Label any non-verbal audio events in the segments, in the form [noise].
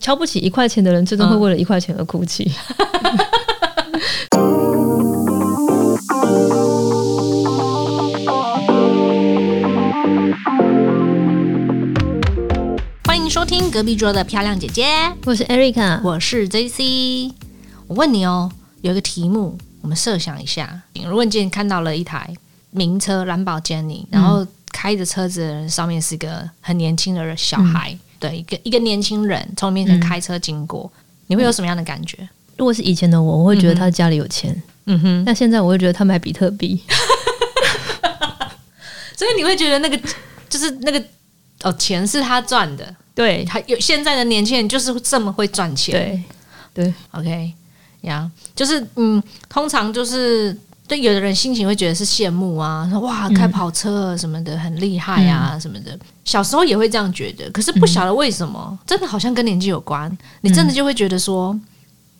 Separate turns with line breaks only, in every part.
瞧不起一块钱的人，最终会为了一块钱而哭泣。
欢迎收听隔壁桌的漂亮姐姐，
我是 Erica，
我是 JC。我问你哦，有一个题目，我们设想一下，如果你今天看到了一台名车兰博基尼，然后开着车子的人上面是一个很年轻的小孩，对，一个一个年轻人从你面前开车经过，你会有什么样的感觉？
如果是以前的我，我会觉得他家里有钱；
嗯哼，
那、现在我会觉得他买比特币。
所以你会觉得那个就是那个哦，钱是他赚的，
对
他有现在的年轻人就是这么会赚钱，
对对，
OK，呀、就是嗯，通常就是对有的人心情会觉得是羡慕啊，说哇开
嗯
跑车啊什么的很厉害啊、什么的。小时候也会这样觉得，
嗯
可是不晓得为什么，真的好像跟年纪有关，你真的就会觉得说。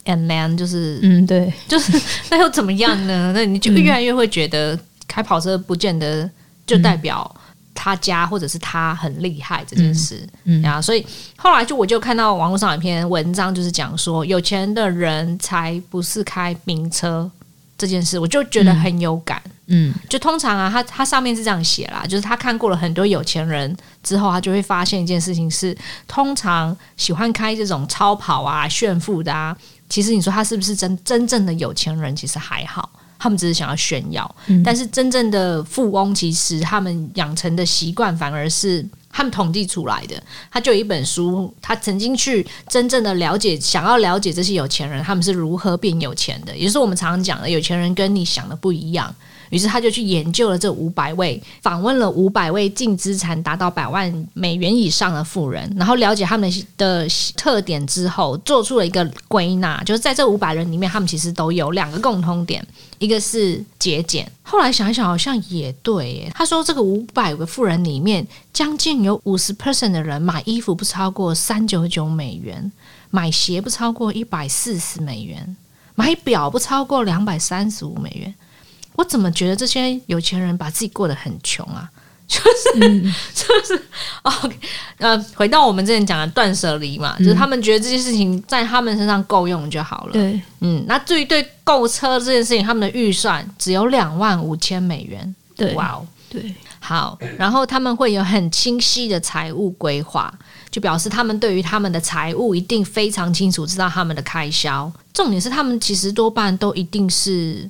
And then 就是
嗯对，
就是 [laughs] 那又怎么样呢？那你就越来越会觉得开跑车不见得就代表他家或者是他很厉害这件事。
嗯嗯
啊，所以后来就我就看到网络上有一篇文章，就是讲说有钱的人才不是开名车这件事，我就觉得很有感。
嗯
就通常啊，他他上面是这样写啦，就是他看过了很多有钱人之后，他就会发现一件事情是，通常喜欢开这种超跑啊、炫富的啊，其实你说他是不是真真正的有钱人，其实还好。他们只是想要炫耀，但是真正的富翁其实他们养成的习惯反而是他们统计出来的。他就有一本书，他曾经去真正的了解，想要了解这些有钱人他们是如何变有钱的，也就是我们常常讲的，有钱人跟你想的不一样。于是他就去研究了这五百位，访问了五百位净资产达到百万美元以上的富人，然后了解他们的特点之后，做出了一个归纳，就是在这五百人里面，他们其实都有两个共通点，一个是节俭。后来想一想，好像也对耶。他说，这个五百个富人里面，将近有五十 percent 的人买衣服不超过三九九美元，买鞋不超过一百四十美元，买表不超过两百三十五美元。我怎么觉得这些有钱人把自己过得很穷啊？ [laughs] 就是、就是哦，OK，呃，回到我们之前讲的断舍离嘛，就是他们觉得这件事情在他们身上够用就好了。
对，
嗯，那至于对购车这件事情，他们的预算只有两万五千美元。
对
哇哦，
对，
好，然后他们会有很清晰的财务规划，就表示他们对于他们的财务一定非常清楚，知道他们的开销。重点是他们其实多半都一定是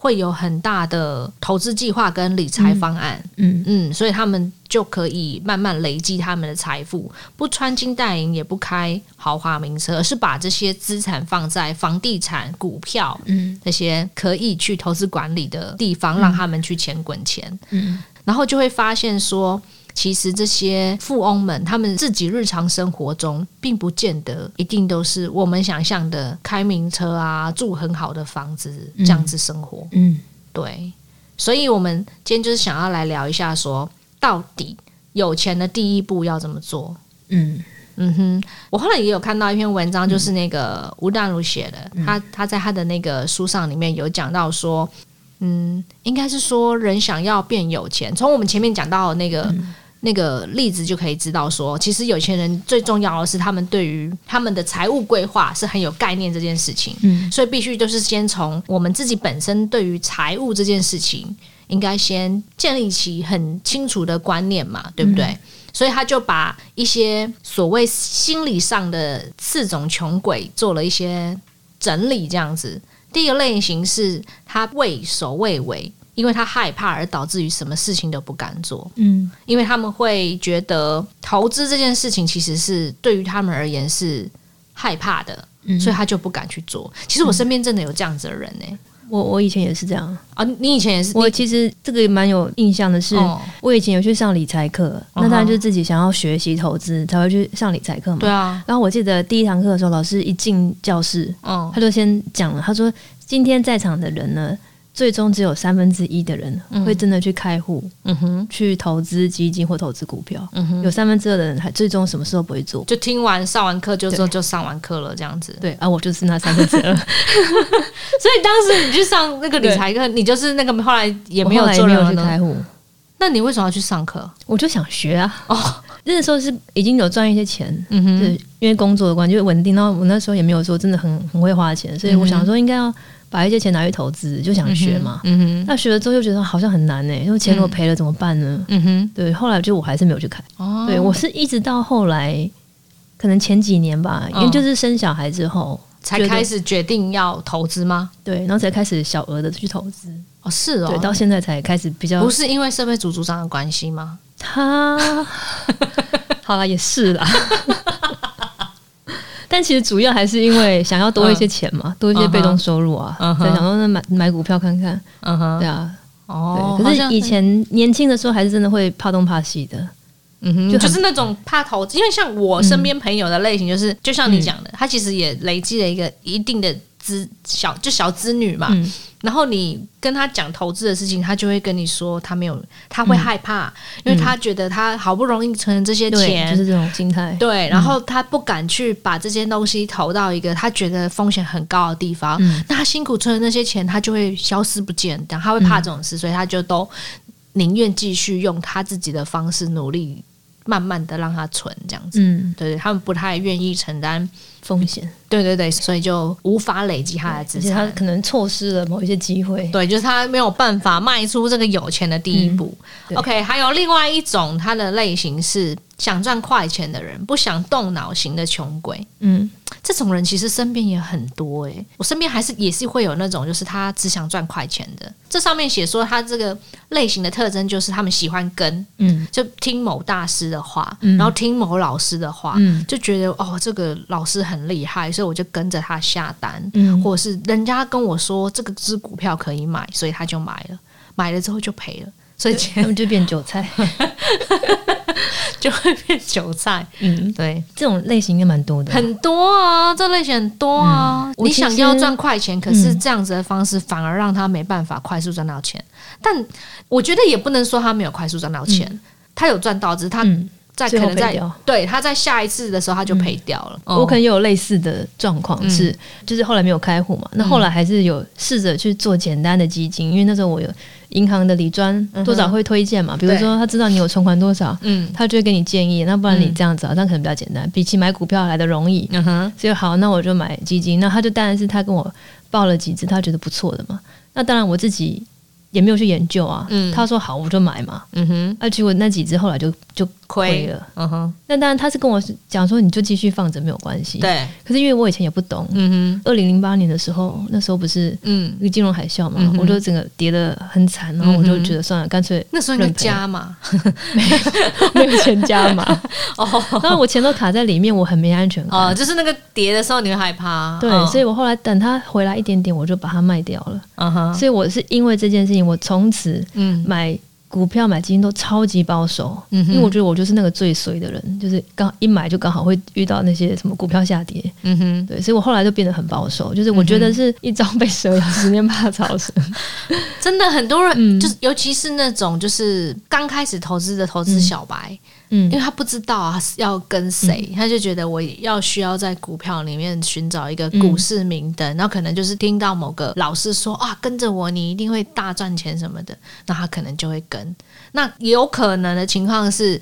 会有很大的投资计划跟理财方案，
嗯
嗯，所以他们就可以慢慢累积他们的财富，不穿金戴银，也不开豪华名车，而是把这些资产放在房地产、股票
嗯
这些可以去投资管理的地方，让他们去钱滚钱。
嗯
然后就会发现说，其实这些富翁们他们自己日常生活中，并不见得一定都是我们想象的开名车啊，住很好的房子这样子生活。
嗯
对，所以我们今天就是想要来聊一下说到底有钱的第一步要怎么做？
嗯
嗯哼，我后来也有看到一篇文章，就是那个吴淡如写的，他他在他的那个书上里面有讲到说，嗯，应该是说人想要变有钱，从我们前面讲到那个。那个例子就可以知道说，其实有钱人最重要的是他们对于他们的财务规划是很有概念这件事情，
嗯
所以必须就是先从我们自己本身对于财务这件事情，应该先建立起很清楚的观念嘛，对不对？所以他就把一些所谓心理上的四种穷鬼做了一些整理，这样子。第一个类型是他畏首畏尾，因为他害怕而导致于什么事情都不敢做，
嗯
因为他们会觉得投资这件事情其实是对于他们而言是害怕的，
嗯，
所
所
以
以
他就不敢去做。其实我身边真的有这样子的人呢、欸
我我以前也是这样。
啊，你以前也是，
我
你
其实这个也蛮有印象的是，
哦
我以前有去上理财课，那当然就是自己想要学习投资才会去上理财课嘛。
对啊，
然后我记得第一堂课的时候，老师一进教室，
嗯
他就先讲了，他说今天在场的人呢，最终只有三分之一的人会真的去开户、
嗯哼，
去投资基金或投资股票，
嗯哼，
有三分之二的人还最终什么事都不会做。
就听完上完课就
对
就就上完课了这样子。
对啊，我就是那三分之 [laughs] 二，
所以当时你去上那个理财课，你就是那个后来也
我
没有
后来
做
没
任
有
何
去
东西。
开户，
那你为什么要去上课？
我就想学啊。
哦，
那时候是已经有赚一些钱，
嗯
对
哼，，
因为工作的关系就稳定。然后我那时候也没有说真的很很会花钱，所以我想说应该要把一些钱拿去投资，就想学嘛。
嗯哼，
那学了之后就觉得好像很难呢、因为钱如果赔了怎么办呢？
嗯哼，
对，后来就我还是没有去看。
哦，
对我是一直到后来，可能前几年吧，因为就是生小孩之后，
才开始决定要投资吗？
对，然后才开始小额的去投资，
哦，是
对，
哦，
到现在才开始比较
不是因为社会组组长的关系吗？
他， [laughs] 好啦，也是啦。 [laughs] 但其实主要还是因为想要多一些钱嘛，多一些被动收入啊，
嗯哼
所以想说那买买股票看看，
嗯哼
对，啊，
哦，
对。可
好
是
像
以前年轻的时候还是真的会怕东怕西的，
嗯哼，
就
就
很
是那种怕投资，因为像我身边朋友的类型，
嗯
就是、就像你讲的，他其实也累积了一个一定的资小就小资女嘛。
嗯
然后你跟他讲投资的事情，他就会跟你说他没有，他
嗯
会害怕，因为他觉得他好不容易存这些
对，
钱。
就是这种心态，
对，然后他不敢去把这些东西投到一个他觉得风险很高的地方，
嗯
那他辛苦存的那些钱，他就会消失不见，然后他会怕这种事，所以他就都宁愿继续用他自己的方式努力，慢慢的让他存这样子。
嗯，
对，他们不太愿意承担，
风险，
对对对，所以就无法累积他的
而
资
且他
产。
可能错失了某一些机会，
对，就是他没有办法迈出这个有钱的第一步。
嗯对
OK，还有另外一种，他的类型是想赚快钱的人，不想动脑型的穷鬼。
嗯，
这种人其实身边也很多诶、我身边还是也是会有那种，就是他只想赚快钱的。这上面写说他这个类型的特征就是他们喜欢跟，
嗯，
就听某大师的话，
嗯
然后听某老师的话，
嗯
就觉得哦这个老师很厉害，所以我就跟着他下单，
嗯
或者是人家跟我说这个只股票可以买，所以他就买了，买了之后就赔了，所以
他们就变韭菜，
就会变韭菜。
[laughs] [laughs] 嗯，
对，
这种类型也蛮多的，
很多啊，这类型很多啊。
嗯我
你
其
想要
实
赚快钱，可是这样子的方式反而让他没办法快速赚到钱。但我觉得也不能说他没有快速赚到钱，他有赚到，只是他
嗯，
在可
最后
能
赔
在
掉。嗯
对他在下一次的时候他就赔掉了。
我可能也有类似的状况，是、就是后来没有开户嘛，那后来还是有试着去做简单的基金，因为那时候我有银行的理专多少会推荐嘛，比如说他知道你有存款多少，
嗯
他就会给你建议，那不然你这样子啊，这样可能比较简单，比起买股票来的容易，
嗯哼
所以好，那我就买基金，那他就当然是他跟我报了几只他觉得不错的嘛，那当然我自己也没有去研究啊，
嗯
他说好我就买嘛，
嗯哼，
啊，结果那几只后来就就亏了。
嗯哼，
那当然，他是跟我讲说，你就继续放着没有关系。
对，
可是因为我以前也不懂，
嗯哼，
二零零八年的时候，那时候不是
嗯，
那个金融海啸嘛，
嗯哼嗯
我就整个跌得很惨，然后我就觉得算了，干脆 [laughs]
那时候应该
认赔
加嘛，
没有钱加嘛。
[laughs] 哦
然后我钱都卡在里面，我很没安全感。
哦，就是那个跌的时候你会害怕，啊嗯
对，所以
以
我后来等它回来一点点，我就把它卖掉了。
嗯哼，
所以我是因为这件事情，我从此
嗯
买股票、买基金都超级保守，
嗯哼
因为我觉得我就是那个最衰的人，就是刚一买就刚好会遇到那些什么股票下跌，
嗯哼，
对，所以我后来就变得很保守，就是我
嗯
觉得是一朝被蛇咬，十年怕草
[laughs]
绳。
真的很多人，
嗯
就是尤其是那种就是刚开始投资的投资小白，
嗯
因为他不知道啊要跟谁，他就觉得我要需要在股票里面寻找一个股市明灯，
嗯
然后可能就是听到某个老师说啊，跟着我你一定会大赚钱什么的，那他可能就会跟。那也有可能的情况是。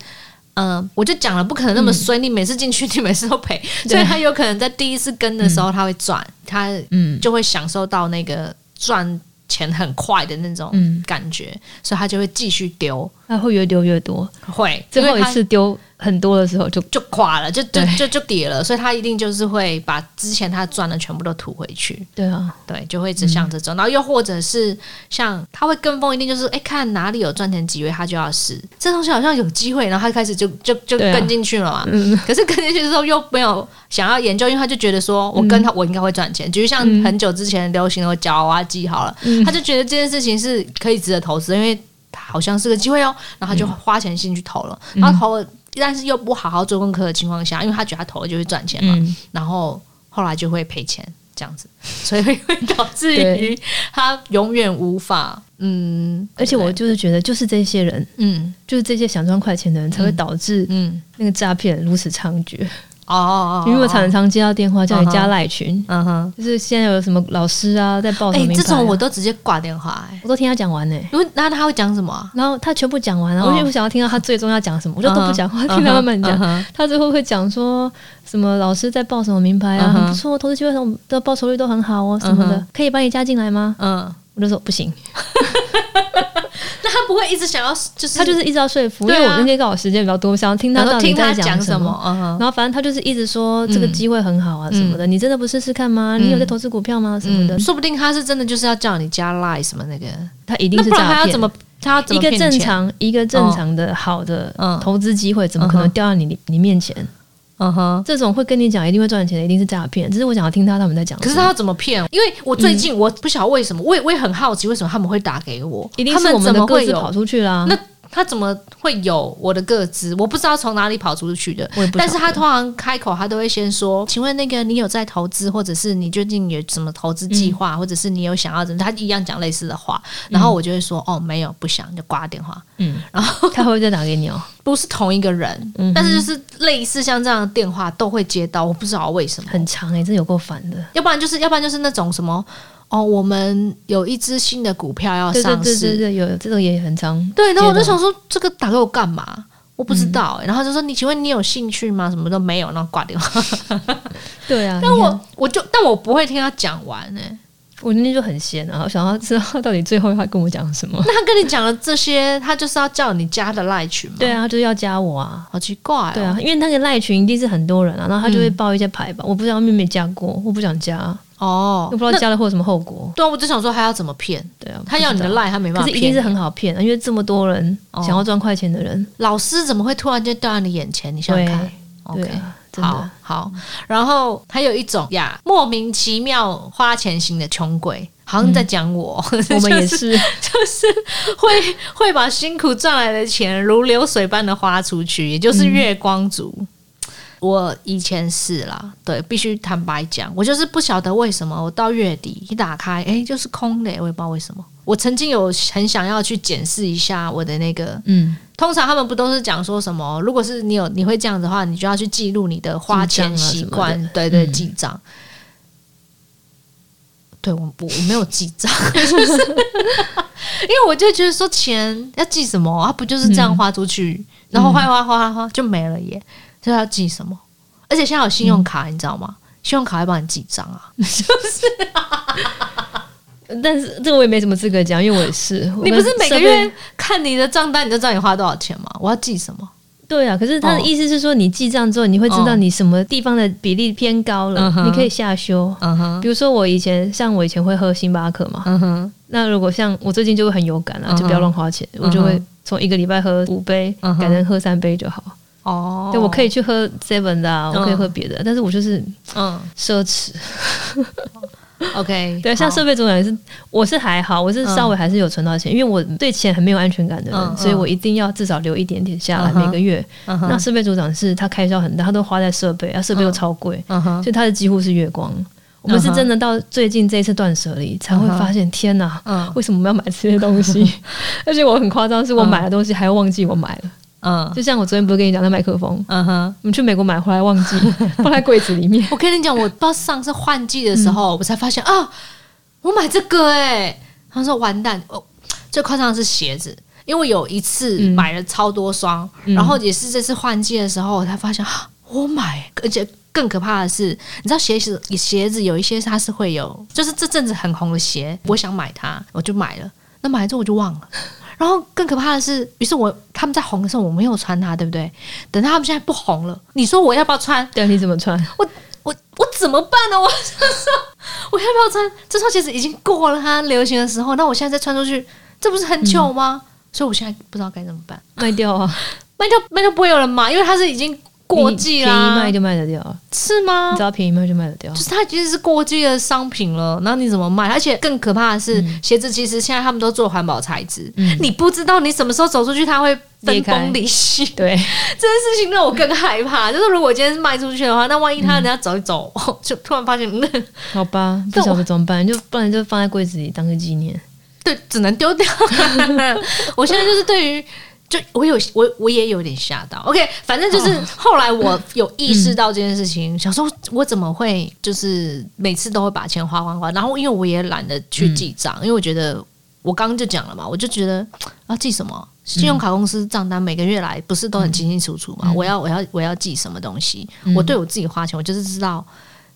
嗯、我就讲了，不可能那
嗯
么衰。你每次进去，你每次都赔，所以他有可能在第一次跟的时候，他会赚，他
嗯
就会享受到那个赚钱很快的那种
嗯
感觉，所以他就会继续丢，
那会越丢越多，
会
最
因
后
为
一
他
次丢很多的时候就
就垮了，就就
对
就就跌了，所以他一定就是会把之前他赚的全部都吐回去，
对
[laughs]
啊，
对，就会指向这
嗯
种。然后又或者是像他会跟风，一定就是哎、诶看哪里有赚钱机会，他就要试。这东西好像有机会，然后他开始就就就
对啊
跟进去了嘛。
嗯
[laughs] 可是跟进去之后又没有想要研究，因为他就觉得说我跟他、
嗯
我应该会赚钱，就是像很久之前流行的绞啊鸡好了，
嗯
他就觉得这件事情是可以值得投资，因为好像是个机会哦，然后他就花钱进去投了，
嗯
然后投了，但是又不好好做功课的情况下，因为他觉得他投了就会赚钱
[laughs]
嘛，
嗯，
然后后来就会赔钱这样子， [laughs] 所以会导致于
对
他永远无法嗯，
而且我就是觉得，就是这些人，
嗯
就是这些想赚快钱的人，才会导致
嗯
那个诈骗如此猖獗。
哦哦哦，
因为我常常接到电话叫你
嗯
加
哼
赖群，
嗯哼，
就是现在有什么老师啊在报什
哎、
么名牌啊、
这种我都直接挂电话、哎，
我都听他讲完呢、
因为那他会讲什么啊、
然后他全部讲完，然后
哦
因为我想要听到他最终要讲什么，我就都不讲话，听他慢慢讲。
嗯哼
他最后会讲说什么老师在报什么名牌啊，
嗯哼
很不错，投资机会上的报酬率都很好哦，什么的，
嗯哼
可以把你加进来吗？
嗯，
我就说不行，
那他不会一直想要，就是
他就是一直要说服，
对啊
因为我那天刚好时间比较多，我想要听他
然后
到底
听
在
他讲
什
什么。，嗯哼，
然后反正他就是一直说这个
嗯
机会很好啊什么的，你真的不试试看吗？你有在投资股票吗？什么的
嗯，，说不定他是真的就是要叫你加 lie 什么那个，
他一定
那
是
不然
诈
他要
骗
怎。么他要怎
一
么
个
骗你
正
钱？
常一个正常的好的
嗯
投资机会，怎么可能
嗯哼
掉到你你面前？
嗯哼。
这种会跟你讲一定会赚钱的，一定是诈骗。只是我想要听他他们在讲什
可
么。
是他要怎么骗？因为我最
嗯
近我不晓得为什么，我也我也很好奇为什么他们会打给我，
一定
他
是我们
怎
的
么
各
会
自
有
跑出去啦。
那他怎么会有我的个资？我不知道从哪里跑出去的。
我也不晓得
但是他通常开口，他都会先说：“请问那个你有在投资，或者是你最近有什么投资计划，
嗯
或者是你有想要的？”他一样讲类似的话，然后我就会说：“哦，没有，不想。”就挂电话。
嗯，
然后
他会不会再打给你哦？
不是同一个人，
嗯哼
但是就是类似像这样的电话都会接到，我不知道为什么。
很长哎、欸，这有够烦
[laughs]
的。
要不然就是要不然就是那种什么哦，我们有一只新的股票要
对对
上
对对
市，
对，有这种也很长。
对，然后我就
接到
想说这个打给我干嘛？我不知
嗯
道、欸然后就说你请问你有兴趣吗？什么都没有，然后挂电话。
对啊，
但
你看
我我就但我不会听他讲完哎、
我那天就很闲啊，我想要知道他到底最后他跟我讲什么。
那他跟你讲了这些，他就是要叫你加的赖群吗？
[laughs] 对，啊，他就是要加我啊。
好奇怪、哦。
对啊，因为那个赖群一定是很多人啊，然后他就会报一些牌吧。我不知道妹妹加过，我不想加，
嗯
我，
哦
不知道
那
加了会有什么后果。
对啊，我就想说他要怎么骗？
对啊，
他要你的
不知道
赖，他没
可
办法
是
骗你。
一定是很好骗啊的，因为这么多人
哦
想要赚快钱的人，
老师怎么会突然间掉在你眼前？你想想看
对。
OK，
对啊，真
好
的，
好，然后还有一种呀，莫名其妙花钱型的穷鬼，好像在讲我，
嗯
[laughs]
我们也
就是
是，
会会把辛苦赚来的钱如流水般的花出去，也就是月光族。我以前是啦，对，必须坦白讲，我就是不晓得为什么，我到月底一打开，诶，就是空的，我也不知道为什么。我曾经有很想要去检视一下我的那个
嗯，
通常他们不都是讲说什么？如果是你有你会这样子的话，你就要去记录你的花钱习
记
惯，
账啊
对对，记账。对我我我没有记 [laughs] 账，就是因为我就觉得说钱要记什么啊？不就是这样花出去，然后花花花花花就没了耶，所以要记什么？而且现在有信用卡，你知道吗？信用卡会帮你记账啊，
但是这个我也没什么资格讲，因为我也是，
你
我
不
们
是每个
设备
月看你的账单你就知道你花多少钱吗？我要记什么？
对啊，可是他的
哦
意思是说，你记账之后，你会知道
哦
你什么地方的比例偏高了
嗯，哼
你可以下修。
嗯哼，
比如说我以前像我以前会喝星巴克嘛，
嗯哼，
那如果像我最近就会很有感
嗯
啊，
哼
就不要乱花钱，我就会从一个礼拜喝五杯，
嗯哼
改成喝三杯就好。
哦，
对，我可以，去喝 seven 的啊，
嗯
我可以喝别的，但是我就是
嗯。
奢侈。
OK，
对，像设备总也是，我是还好，我是稍微还是有存到钱，因为我对钱很没有安全感的人，
嗯嗯
所以我一定要至少留一点点下来
嗯哼
每个月。
嗯哼
那设备组长是他开销很大，他都花在设备，啊，设备又超贵，
嗯哼，
所以他的几乎是月光。我们是真的到最近这一次断舍离，才会发现天哪，
嗯
为什么我们要买这些东西？
[laughs]
而且我很夸张，是我买的东西还忘记我买了。
嗯
就像我昨天不是跟你讲那麦克风，
嗯哼。
我们去美国买回来忘
[laughs]
记放在柜子里面。
我跟你讲，我到上次换季的时
嗯
候，我才发现啊，我买这个哎、他说完蛋，哦，最夸张的是鞋子，因为有一次
嗯
买了超多双，
嗯
然后也是这次换季的时候，我才发现啊，我买，而且。更可怕的是，你知道鞋子鞋子有一些它是会有，就是这阵子很红的鞋，我想买它，我就买了。那买了之后我就忘了。然后更可怕的是，于是我他们在红的时候我没有穿它，对不对？等到他们现在不红了，你说我要不要穿？
对，你怎么穿？
我我我怎么办呢？我 [laughs] 就说我要不要穿？这双鞋子已经过了它流行的时候，那我现在再穿出去，这不是很糗吗？
嗯
所以我现在不知道该怎么办，
[laughs] 卖掉啊，
卖掉卖掉不会有人买，因为它是已经过季
你嗯便宜卖
啦，
就卖得掉啊，
是吗
你只？要便宜卖就卖得掉
就。是它其实是过季的商品了，然后你怎么卖？而且更可怕的是，鞋子其实现在他们都做环保材质，
嗯
你不知道你什么时候走出去，它会分
裂开
崩离析。
对，
这件事情让我更害怕，就是如果我今天是卖出去的话，那万
嗯
一他人家走一走， [laughs] 就突然发现，嗯
好吧，不
但我
晓得怎么办，就不然就
[laughs]
放在柜子里当个纪念。
对，只能丢掉。我现在就是对于就我有我我也有点吓到，OK，反正就是后来我有意识到这件事情，想说我怎么会就是每次都会把钱花光光，然后因为我也懒得去记账，因为我觉得我刚刚就讲了嘛，我就觉得啊记什么信用卡公司账单每个月来不是都很清清楚楚嘛，我要我要我要记什么东西，我对我自己花钱，我就是知道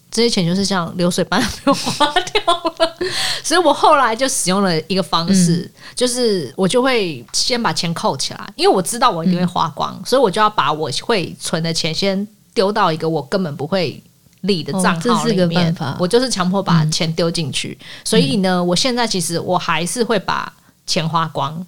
这些钱就是像流水般被花掉了，所以我后来就使用了一个方式，
嗯
就是我就会先把钱扣起来，因为我知道我一定会花光，
嗯
所以我就要把我会存的钱先丢到一个我根本不会理的账
哦这
号
是
里
个
面。
办法嗯
我就是强迫把钱丢进去，所以呢，我现在其实我还是会把钱花光。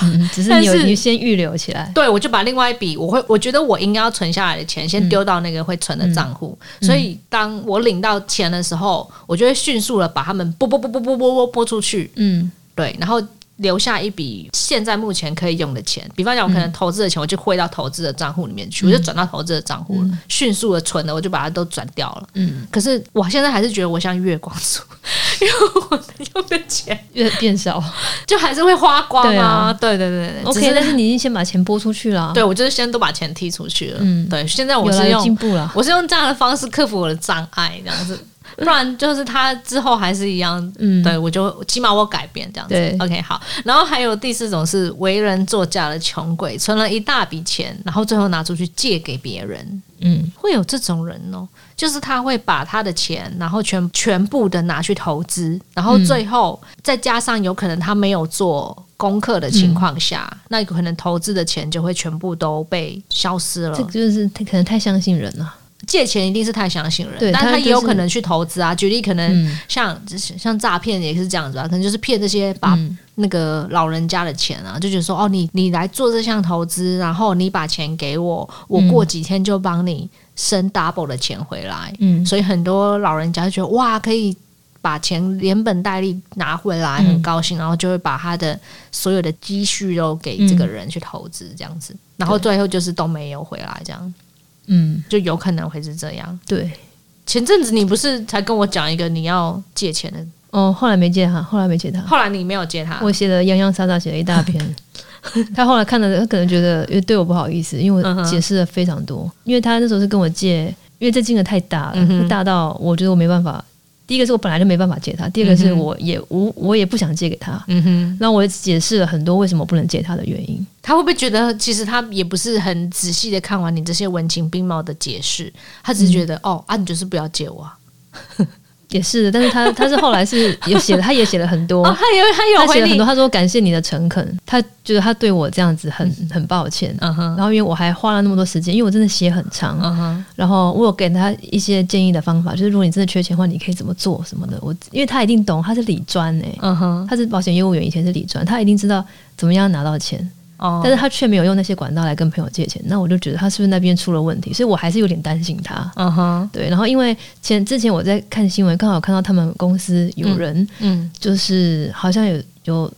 嗯，只是你有
但是
你先预留起来，
对，我就把另外一笔，我会我觉得我应该要存下来的钱，
嗯
先丢到那个会存的账户。所以当我领到钱的时候，我就会迅速的把它们拨拨拨拨拨拨拨拨出去，
嗯
对，然后留下一笔现在目前可以用的钱。比方讲，我可能
嗯
投资的钱，我就汇到投资的账户里面去，我就转到投资的账户了，迅速的存了，我就把它都转掉了。
嗯，
可是我现在还是觉得我像月光族，因为我用的钱
越变
[laughs]
少。
就还是会花光
对
啊。
啊
对对对对
OK，但
是
是你已经先把钱拨出去了啊，
对我就是先都把钱踢出去了。
嗯
对，现在
有
我
了
是
有
用
进步了。
[laughs] 我是用这样的方式克服我的障碍，
[laughs]
这样子，不然就是他之后还是一样，
嗯
对我就起码我改变这样子
对。
OK，好。然后还有第四种是为人作嫁的穷鬼，存了一大笔钱，然后最后拿出去借给别人，
嗯，
会有这种人哦，就是他会把他的钱，然后全全部的拿去投资，然后最后再加上有可能他没有做。功课的情况下，
嗯
那有可能投资的钱就会全部都被消失了。
这个就是他可能太相信人了。
借钱一定是太相信人，
对
但
他
他
就是
也有可能去投资啊。举例，可能
嗯
像、像诈骗也是这样子啊，可能就是骗这些把
嗯
那个老人家的钱啊，就觉得说哦，你你来做这项投资，然后你把钱给我，
嗯
我过几天就帮你生 double 的钱回来。
嗯
所以很多老人家就觉得哇，可以把钱连本带利拿回来，
嗯
很高兴，然后就会把他的所有的积蓄都给这个
嗯
人去投资，这样子，然后最后就是都没有回来，这样
嗯，
就有可能会是这样。
对。
前阵子你不是才跟我讲一个你要借钱的，
哦，后来没借他，后来没借他。
后来你没有借他，
我写的洋洋洒洒写了一大
[laughs]
篇，他后来看了，他可能觉得因为对我不好意思，因为
嗯哼
我解释了非常多。因为他那时候是跟我借，因为这金额太大
嗯
了，
哼
大到我觉得我没办法。第一个是我本来就没办法借他，第二个是
嗯哼
我也无、我也不想借给他。
嗯哼，
那我也解释了很多为什么不能借他的原因。
他会不会觉得其实他也不是很仔细的看完你这些文情并茂的解释，他只是觉得、哦啊，你就是不要借我啊。
也是，但是他他是后来是也写了，
[laughs]
他也写了很多，
哦，他有他有
他写
回
了很
你
多。，他说感谢你的诚恳，他觉得他对我这样子很很抱歉。
嗯哼，
然后因为我还花了那么多时间，因为我真的写很长，
嗯哼，
然后我有给他一些建议的方法，就是如果你真的缺钱的话，你可以怎么做什么的。我因为他一定懂，他是理专哎、
嗯哼，
他是保险业务员，以前是理专，他一定知道怎么样拿到钱，
哦，
但是他却没有用那些管道来跟朋友借钱。那我就觉得他是不是那边出了问题？所以我还是有点担心他。
嗯哼，
对，然后因为前之前我在看新闻，刚好看到他们公司有人
嗯
就是好像有有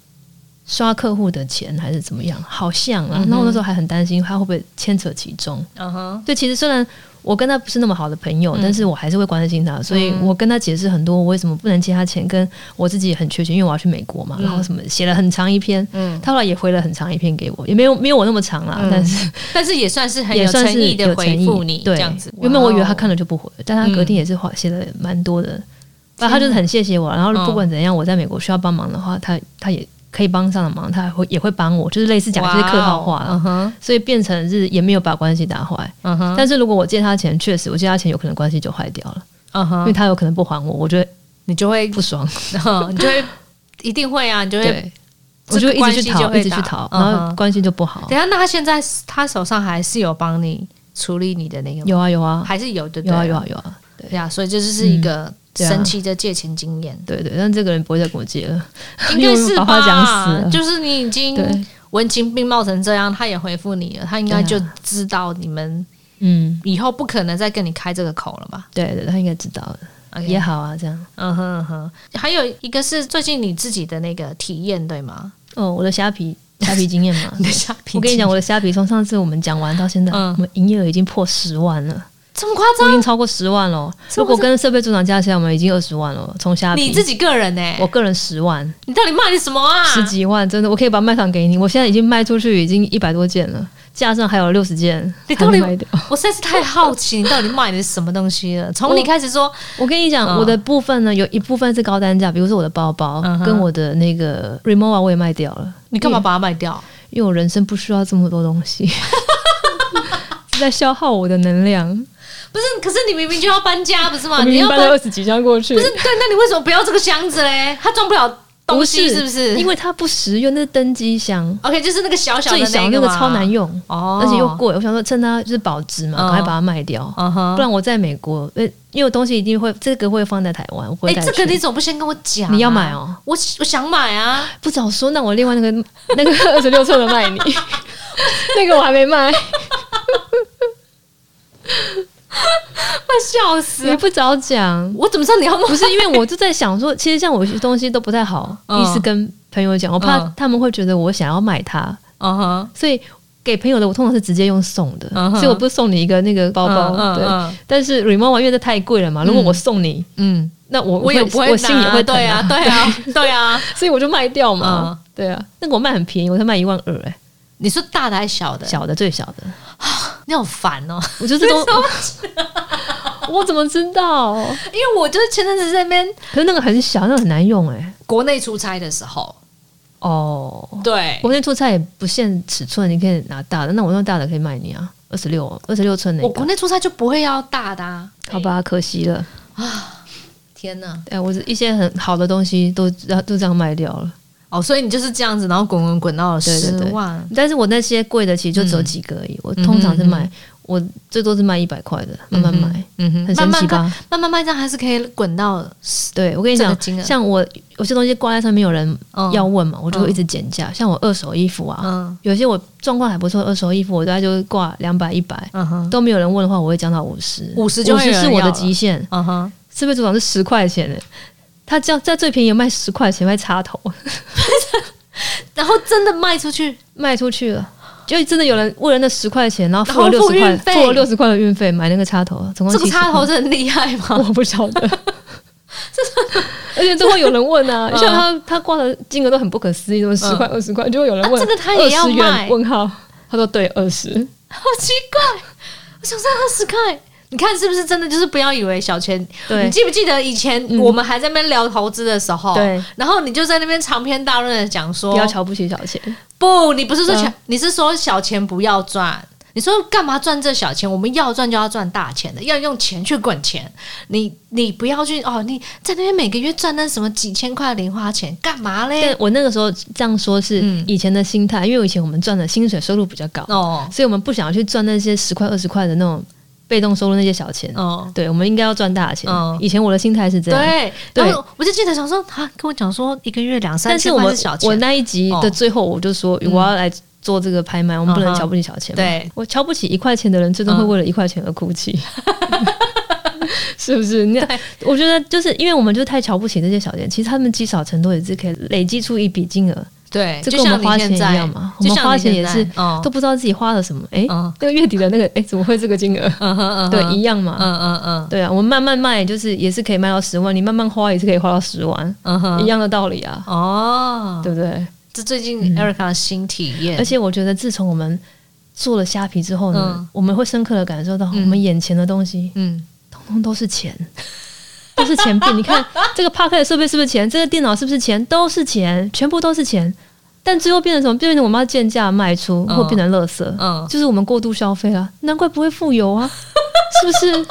刷客户的钱还是怎么样，好像啊
嗯哼。
那我那时候还很担心他会不会牵扯其中。
嗯哼，
对，其实虽然我跟他不是那么好的朋友，
嗯
但是我还是会关心他，所以我跟他解释很多我为什么不能借他钱，跟我自己也很缺钱，因为我要去美国嘛，
嗯
然后什么写了很长一篇，
嗯，
他后来也回了很长一篇给我，也没有没有我那么长啦，
嗯
但是
但是也算是很
也
有
算
诚
是
意的
有诚
回
意
复你
对，
这样子。
原本我以为他
哇哦嗯
看了就不回了，但他隔天也是花写了蛮多的，反正他就是很谢谢我，然后不
嗯
管怎样，我在美国需要帮忙的话，他他也。可以帮上的忙，他还会也会帮我，就是类似讲就是客套话
哇哦
啦
嗯哼，
所以变成是也没有把关系打坏。
嗯哼，
但是如果我借他钱，确实我借他钱有可能关系就坏掉了，
嗯
因为
哼，
他有可能不还我，我觉得
你就 [laughs] 会，
不爽，
你就会一定会啊，你就会。
对，我就会一直去
这
逃，
个关
一
系
直
就会打
去逃，
嗯哼
然后关系就不好
等一。下，那他现在他手上还是有帮你处理你的那个吗，
有啊有啊
还是有对不
有
对？
啊有啊有啊，
对啊，所以这就是一个
对啊
神奇的借钱
[laughs]
经验，
对对，但这个人不会再跟我借了，
应该
[laughs] 因
是
为
吧？
我把话讲死了
就是你已经
对，
文情并茂成这样，他也回复你了，他应该就
对
知道你们
嗯，
以后不可能再跟你开这个口了吧
对对，他应该知道的，
？OK，
也好啊，这样。
嗯哼嗯哼。还有一个是最近你自己的那个体验，对吗？，
[laughs] 哦，我的虾皮虾皮经验 [laughs] 嘛
你的虾皮
我跟你讲，我的虾皮从上次我们讲完到现在，
嗯
我们营业额已经破十万了，
这么夸
我已
张？
经超过十万了。
超过
如果跟设备组长加起来，我们已经二十万了。从虾皮，
你自己个人呢、欸
我个人十万、
你到底卖你什么啊？
十几万，真的，我可以把卖场给你。我现在已经卖出去已经一百多件了，架上还有六十件，
你
还
到
没
底
卖掉。
我实在是太好奇，你到底卖的是什么东西了？从你开始说，
[laughs] 我跟你讲，
嗯
我的部分呢，有一部分是高单价，比如说我的包包、
嗯哼
跟我的那个 Remova 我也卖掉了。
你干嘛把它卖掉？
因为我人生不需要这么多东 [laughs] 西，是在消耗我的能量。
不是，可是你明明就要搬家，不是 [laughs] 吗？
我明
你
明
要
搬
搬
了二十几箱过去，
不是对？那你为什么不要这个箱子嘞？它装不了东西，是不是？
因为它不实用，那是登机箱，
[laughs] OK，就是那个小小的
最小
那
那
个
个
嘛
超难用，
哦，
而且又贵。我想说，趁它就是保值嘛，
嗯
赶快把它卖掉，
嗯哼，
不然我在美国，呃，因为东西一定会这个会放在台湾，我不会
哎、
带去。
这个你怎么不先跟我讲、啊
你要买？哦，
我我想买啊，
不早说，那我另外那个 [laughs] 那个二十六寸的卖你， [laughs] 那个我还没卖，
快笑死
你！不早讲。
我怎么知道你要买？
不是因为我就在想说，其实像我有些东西都不太好
嗯
意思跟朋友讲，我怕
嗯
他们会觉得我想要买它，
嗯哼，
所以给朋友的我通常是直接用送的，
嗯哼
所以我不是送你一个那个包包，
嗯
对。
嗯
但是 remova 因为这太贵了嘛，如果我送你，
嗯，
那我
我
会
也不会拿，
我心也会疼
对啊，对啊， [laughs] 嗯对啊。
[laughs] 所以我就卖掉嘛，对啊，那个我卖很便宜，我才卖一万二，哎，
你说大的还是小的？
小的最小的，
你好烦哦、 [laughs]
我就是都， [laughs] 我怎么知道？
因为我就是前阵子在那边
可是那个很小，那个很难用，哎，
国内出差的时候，
哦，
对，
国内做菜也不限尺寸，你可以拿大的，那我用大的可以卖你啊，二十六，二十六寸那
我国
个，
内出差就不会要大的、啊。
好吧，可惜了，
天哪！
哎，我一些很好的东西都都这样卖掉了。
哦，所以你就是这样子，然后滚滚滚到了
对对
十
对
万，
但是我那些贵的其实就
嗯
只有几个而已，我通常是卖，我最多是卖一百块的，慢慢买，
嗯哼，
很
慢
神奇
慢
吧？
看慢慢卖，这样还是可以滚到十
对，我跟你
这个
讲
金额，
像我有些东西挂在上面，有人
嗯
要问嘛，我就会一直减价。像我二手衣服啊，
嗯
有些我状况还不错，二手衣服我大概就挂两百、一百，
嗯哼
都没有人问的话，我会降到五十，
50就
五
会
十
有人
是我
要
的
了
极限。
嗯哼，
设备组长是十块钱诶、他叫在最便宜有卖十块钱卖插头，
然后真的卖出去，
卖出去了。就真的有人为了那十块钱，然后付了
然后
六
付
十块
运，费
付了六十块的运费买那个插头，总共
这个
70
插
块
头是很厉害吗？
[laughs] 我不晓得。而且都会有人问啊，
嗯
像他他挂的金额都很不可思议，什么十块、二十块，就会有人问、
啊这个他也要
20
卖
元？问号，他说对，二十。
好奇怪，我想说二十块。你看是不是真的？就是不要以为小钱。
对嗯
你记不记得以前我们还在那边聊投资的时候，
对
然后你就在那边长篇大论的讲说，
不要瞧不起小钱，
不，你不是说
嗯
小，你是说小钱不要赚。你说干嘛赚这小钱？我们要赚就要赚大钱的，要用钱去滚钱。你你不要去哦，你在那边每个月赚那什么几千块零花钱干嘛嘞
但？我那个时候这样说是
哎嗯
以前的心态，因为以前我们赚的薪水收入比较高，
哦
所以我们不想要去赚那些十块二十块的那种被动收入那些小钱。
哦，
对，我们应该要赚大钱。
嗯
以前我的心态是这样，
对。
对
然后我就记得想说，他跟我讲说一个月两三
但是
千
我
块
们
是小
我
钱，哦嗯
那一集的最后，我就说我要来做这个拍卖，我们不能瞧不起小钱嘛。
对嗯
我瞧不起一块钱的人，最终会为了一块钱而哭
[laughs]
泣。是不是？你看，我觉得就是因为我们就太瞧不起这些小钱，其实他们积少成多也是可以累积出一笔金额，
对，
这
哎就
跟我
像
们花
你
钱
现
一
在
样嘛。我
就
们
像
花
你
钱
现
也
在
是
哦
都不知道自己花了什么，哎，
嗯
那个月底的那个，哎，怎么会这个金额？
嗯哼嗯哼，
对，一样嘛。
嗯嗯嗯
对啊，我们慢慢卖，就是也是可以卖到十万，你慢慢花也是可以花到十万，
嗯
一
哼，
样的道理啊，
哦，
对不对？
这最近 Erica 的新体验，
而且我觉得，自从我们做了虾皮之后呢，
嗯
我们会深刻的感受到，我们眼前的东西、
嗯。
通通都是钱，都是钱币。你看这个 p a r k 的设备是不是钱？这个电脑是不是钱？都是钱，全部都是钱。但最后变成什么？变成我们要贱价卖出，
嗯
或变成垃圾，
嗯
就是我们过度消费啊，难怪不会富有啊，是不是？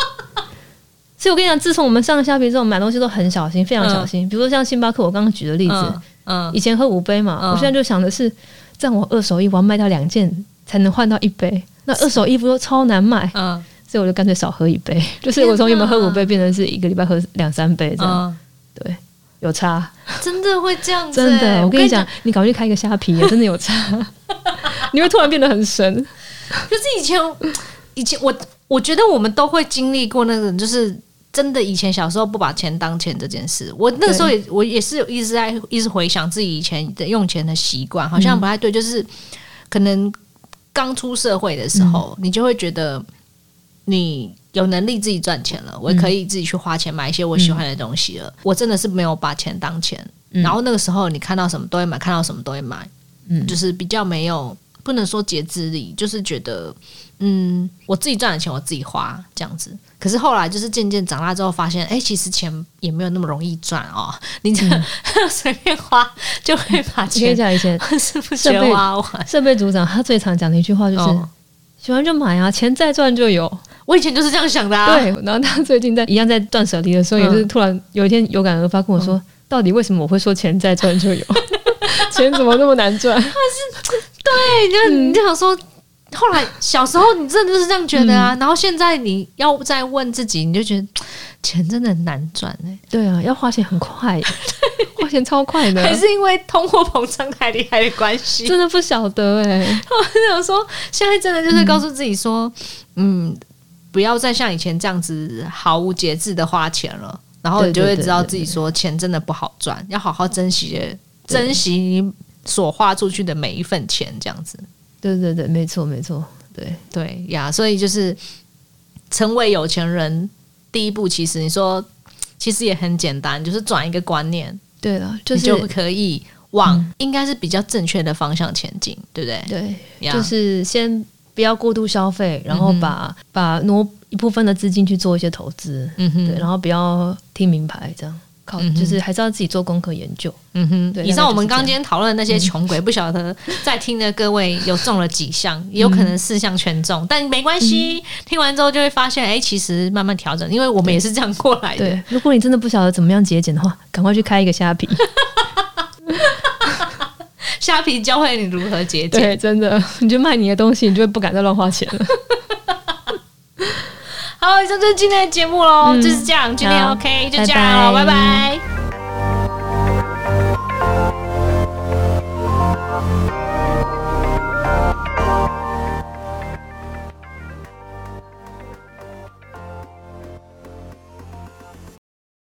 [laughs] 所以我跟你讲，自从我们上虾皮之后，买东西都很小心，非常小心。比如说像星巴克，我刚刚举的例子，
嗯嗯
以前喝五杯嘛，
嗯
我现在就想的是，这样我二手衣服要卖掉两件才能换到一杯，那二手衣服又超难买，
嗯
所以我就干脆少喝一杯。
[laughs]
就是
天
我从原本喝
哪
五杯，变成是一个礼拜喝两三杯这样。
嗯，
对，有差，
真的会这样子、
真的。
欸
我
跟
跟你讲，，你赶快去开一个虾皮，啊真的有
[laughs]
差。你会突然变得很神，
可是以前，以前我我觉得我们都会经历过那种，就是真的以前小时候不把钱当钱这件事。我那个时候也我也是有一直在一直回想自己以前的用钱的习惯，好
嗯
像不太对，就是
嗯
可能刚出社会的时候，你就会觉得你有能力自己赚钱了，我
嗯
也可以自己去花钱买一些我喜欢的东西了。我真的是没有把钱当钱，然后那个时候你看到什么都会买，看到什么都会买，
嗯
就是比较没有不能说节制力，就是觉得嗯，我自己赚的钱我自己花这样子。可是后来就是渐渐长大之后发现，哎、其实钱也没有那么容易赚哦，你这 [laughs] 随、便花就会把
嗯你可以
[laughs] 钱
讲以前
[laughs] 是不是花完。
设备组长他最常讲的一句话就是。
哦
喜欢就买啊，钱再赚就有。
我以前就是这样想的、啊，
对，然后他最近在一样在断舍离的时候，
嗯
也是突然有一天有感而发，跟我说：“到底为什么我会说钱再赚就有？ [laughs] 钱怎么那么难赚
对，你就你就想说，后来小时候你真的就是这样觉得啊，然后现在你要再问自己，你就觉得钱真的很难赚哎、？”
[laughs] 对啊，要花钱很快 [laughs] 耶，花钱超快的，
还是因为通货膨胀太厉害的关
[laughs]
系？
真的不晓得哎、
[laughs] 我就想说，现在真的就是告诉自己说，嗯不要再像以前这样子毫无节制的花钱了，然后你就会知道自己说钱真的不好赚，要好好珍惜珍惜你所花出去的每一份钱，这样子。
对对对，没错没错，对，
对呀，所以就是成为有钱人第一步，其实你说其实也很简单，就是转一个观念，
对了，就嗯
就是就可以往、应该是比较正确的方向前进，对不对？
对，
呀
就是先不要过度消费，然后
嗯哼
把、把挪一部分的资金去做一些投资，
嗯
对，
哼，
然后不要听名牌这样。靠，
嗯哼
就是还是要自己做功课研究。
嗯哼。
对
以上我们
大概就是这样嗯
刚今天讨论的那些穷鬼，不晓得在听的各位有中了几项，也有可
嗯
能四项全中，但没关系，听完之后就会发现，哎，其实慢慢调整，因为我们也是这样过来的。
对，如果你真的不晓得怎么样节俭的话，赶快去开一个虾皮。
虾皮教会你如何节俭。
对，真的， [laughs] 你就卖你的东西，你就会不敢再乱花钱了。
好，以上就是今天的节目喽，
嗯
就是这样，今天
好
OK，就这
拜
样喽，
拜
拜拜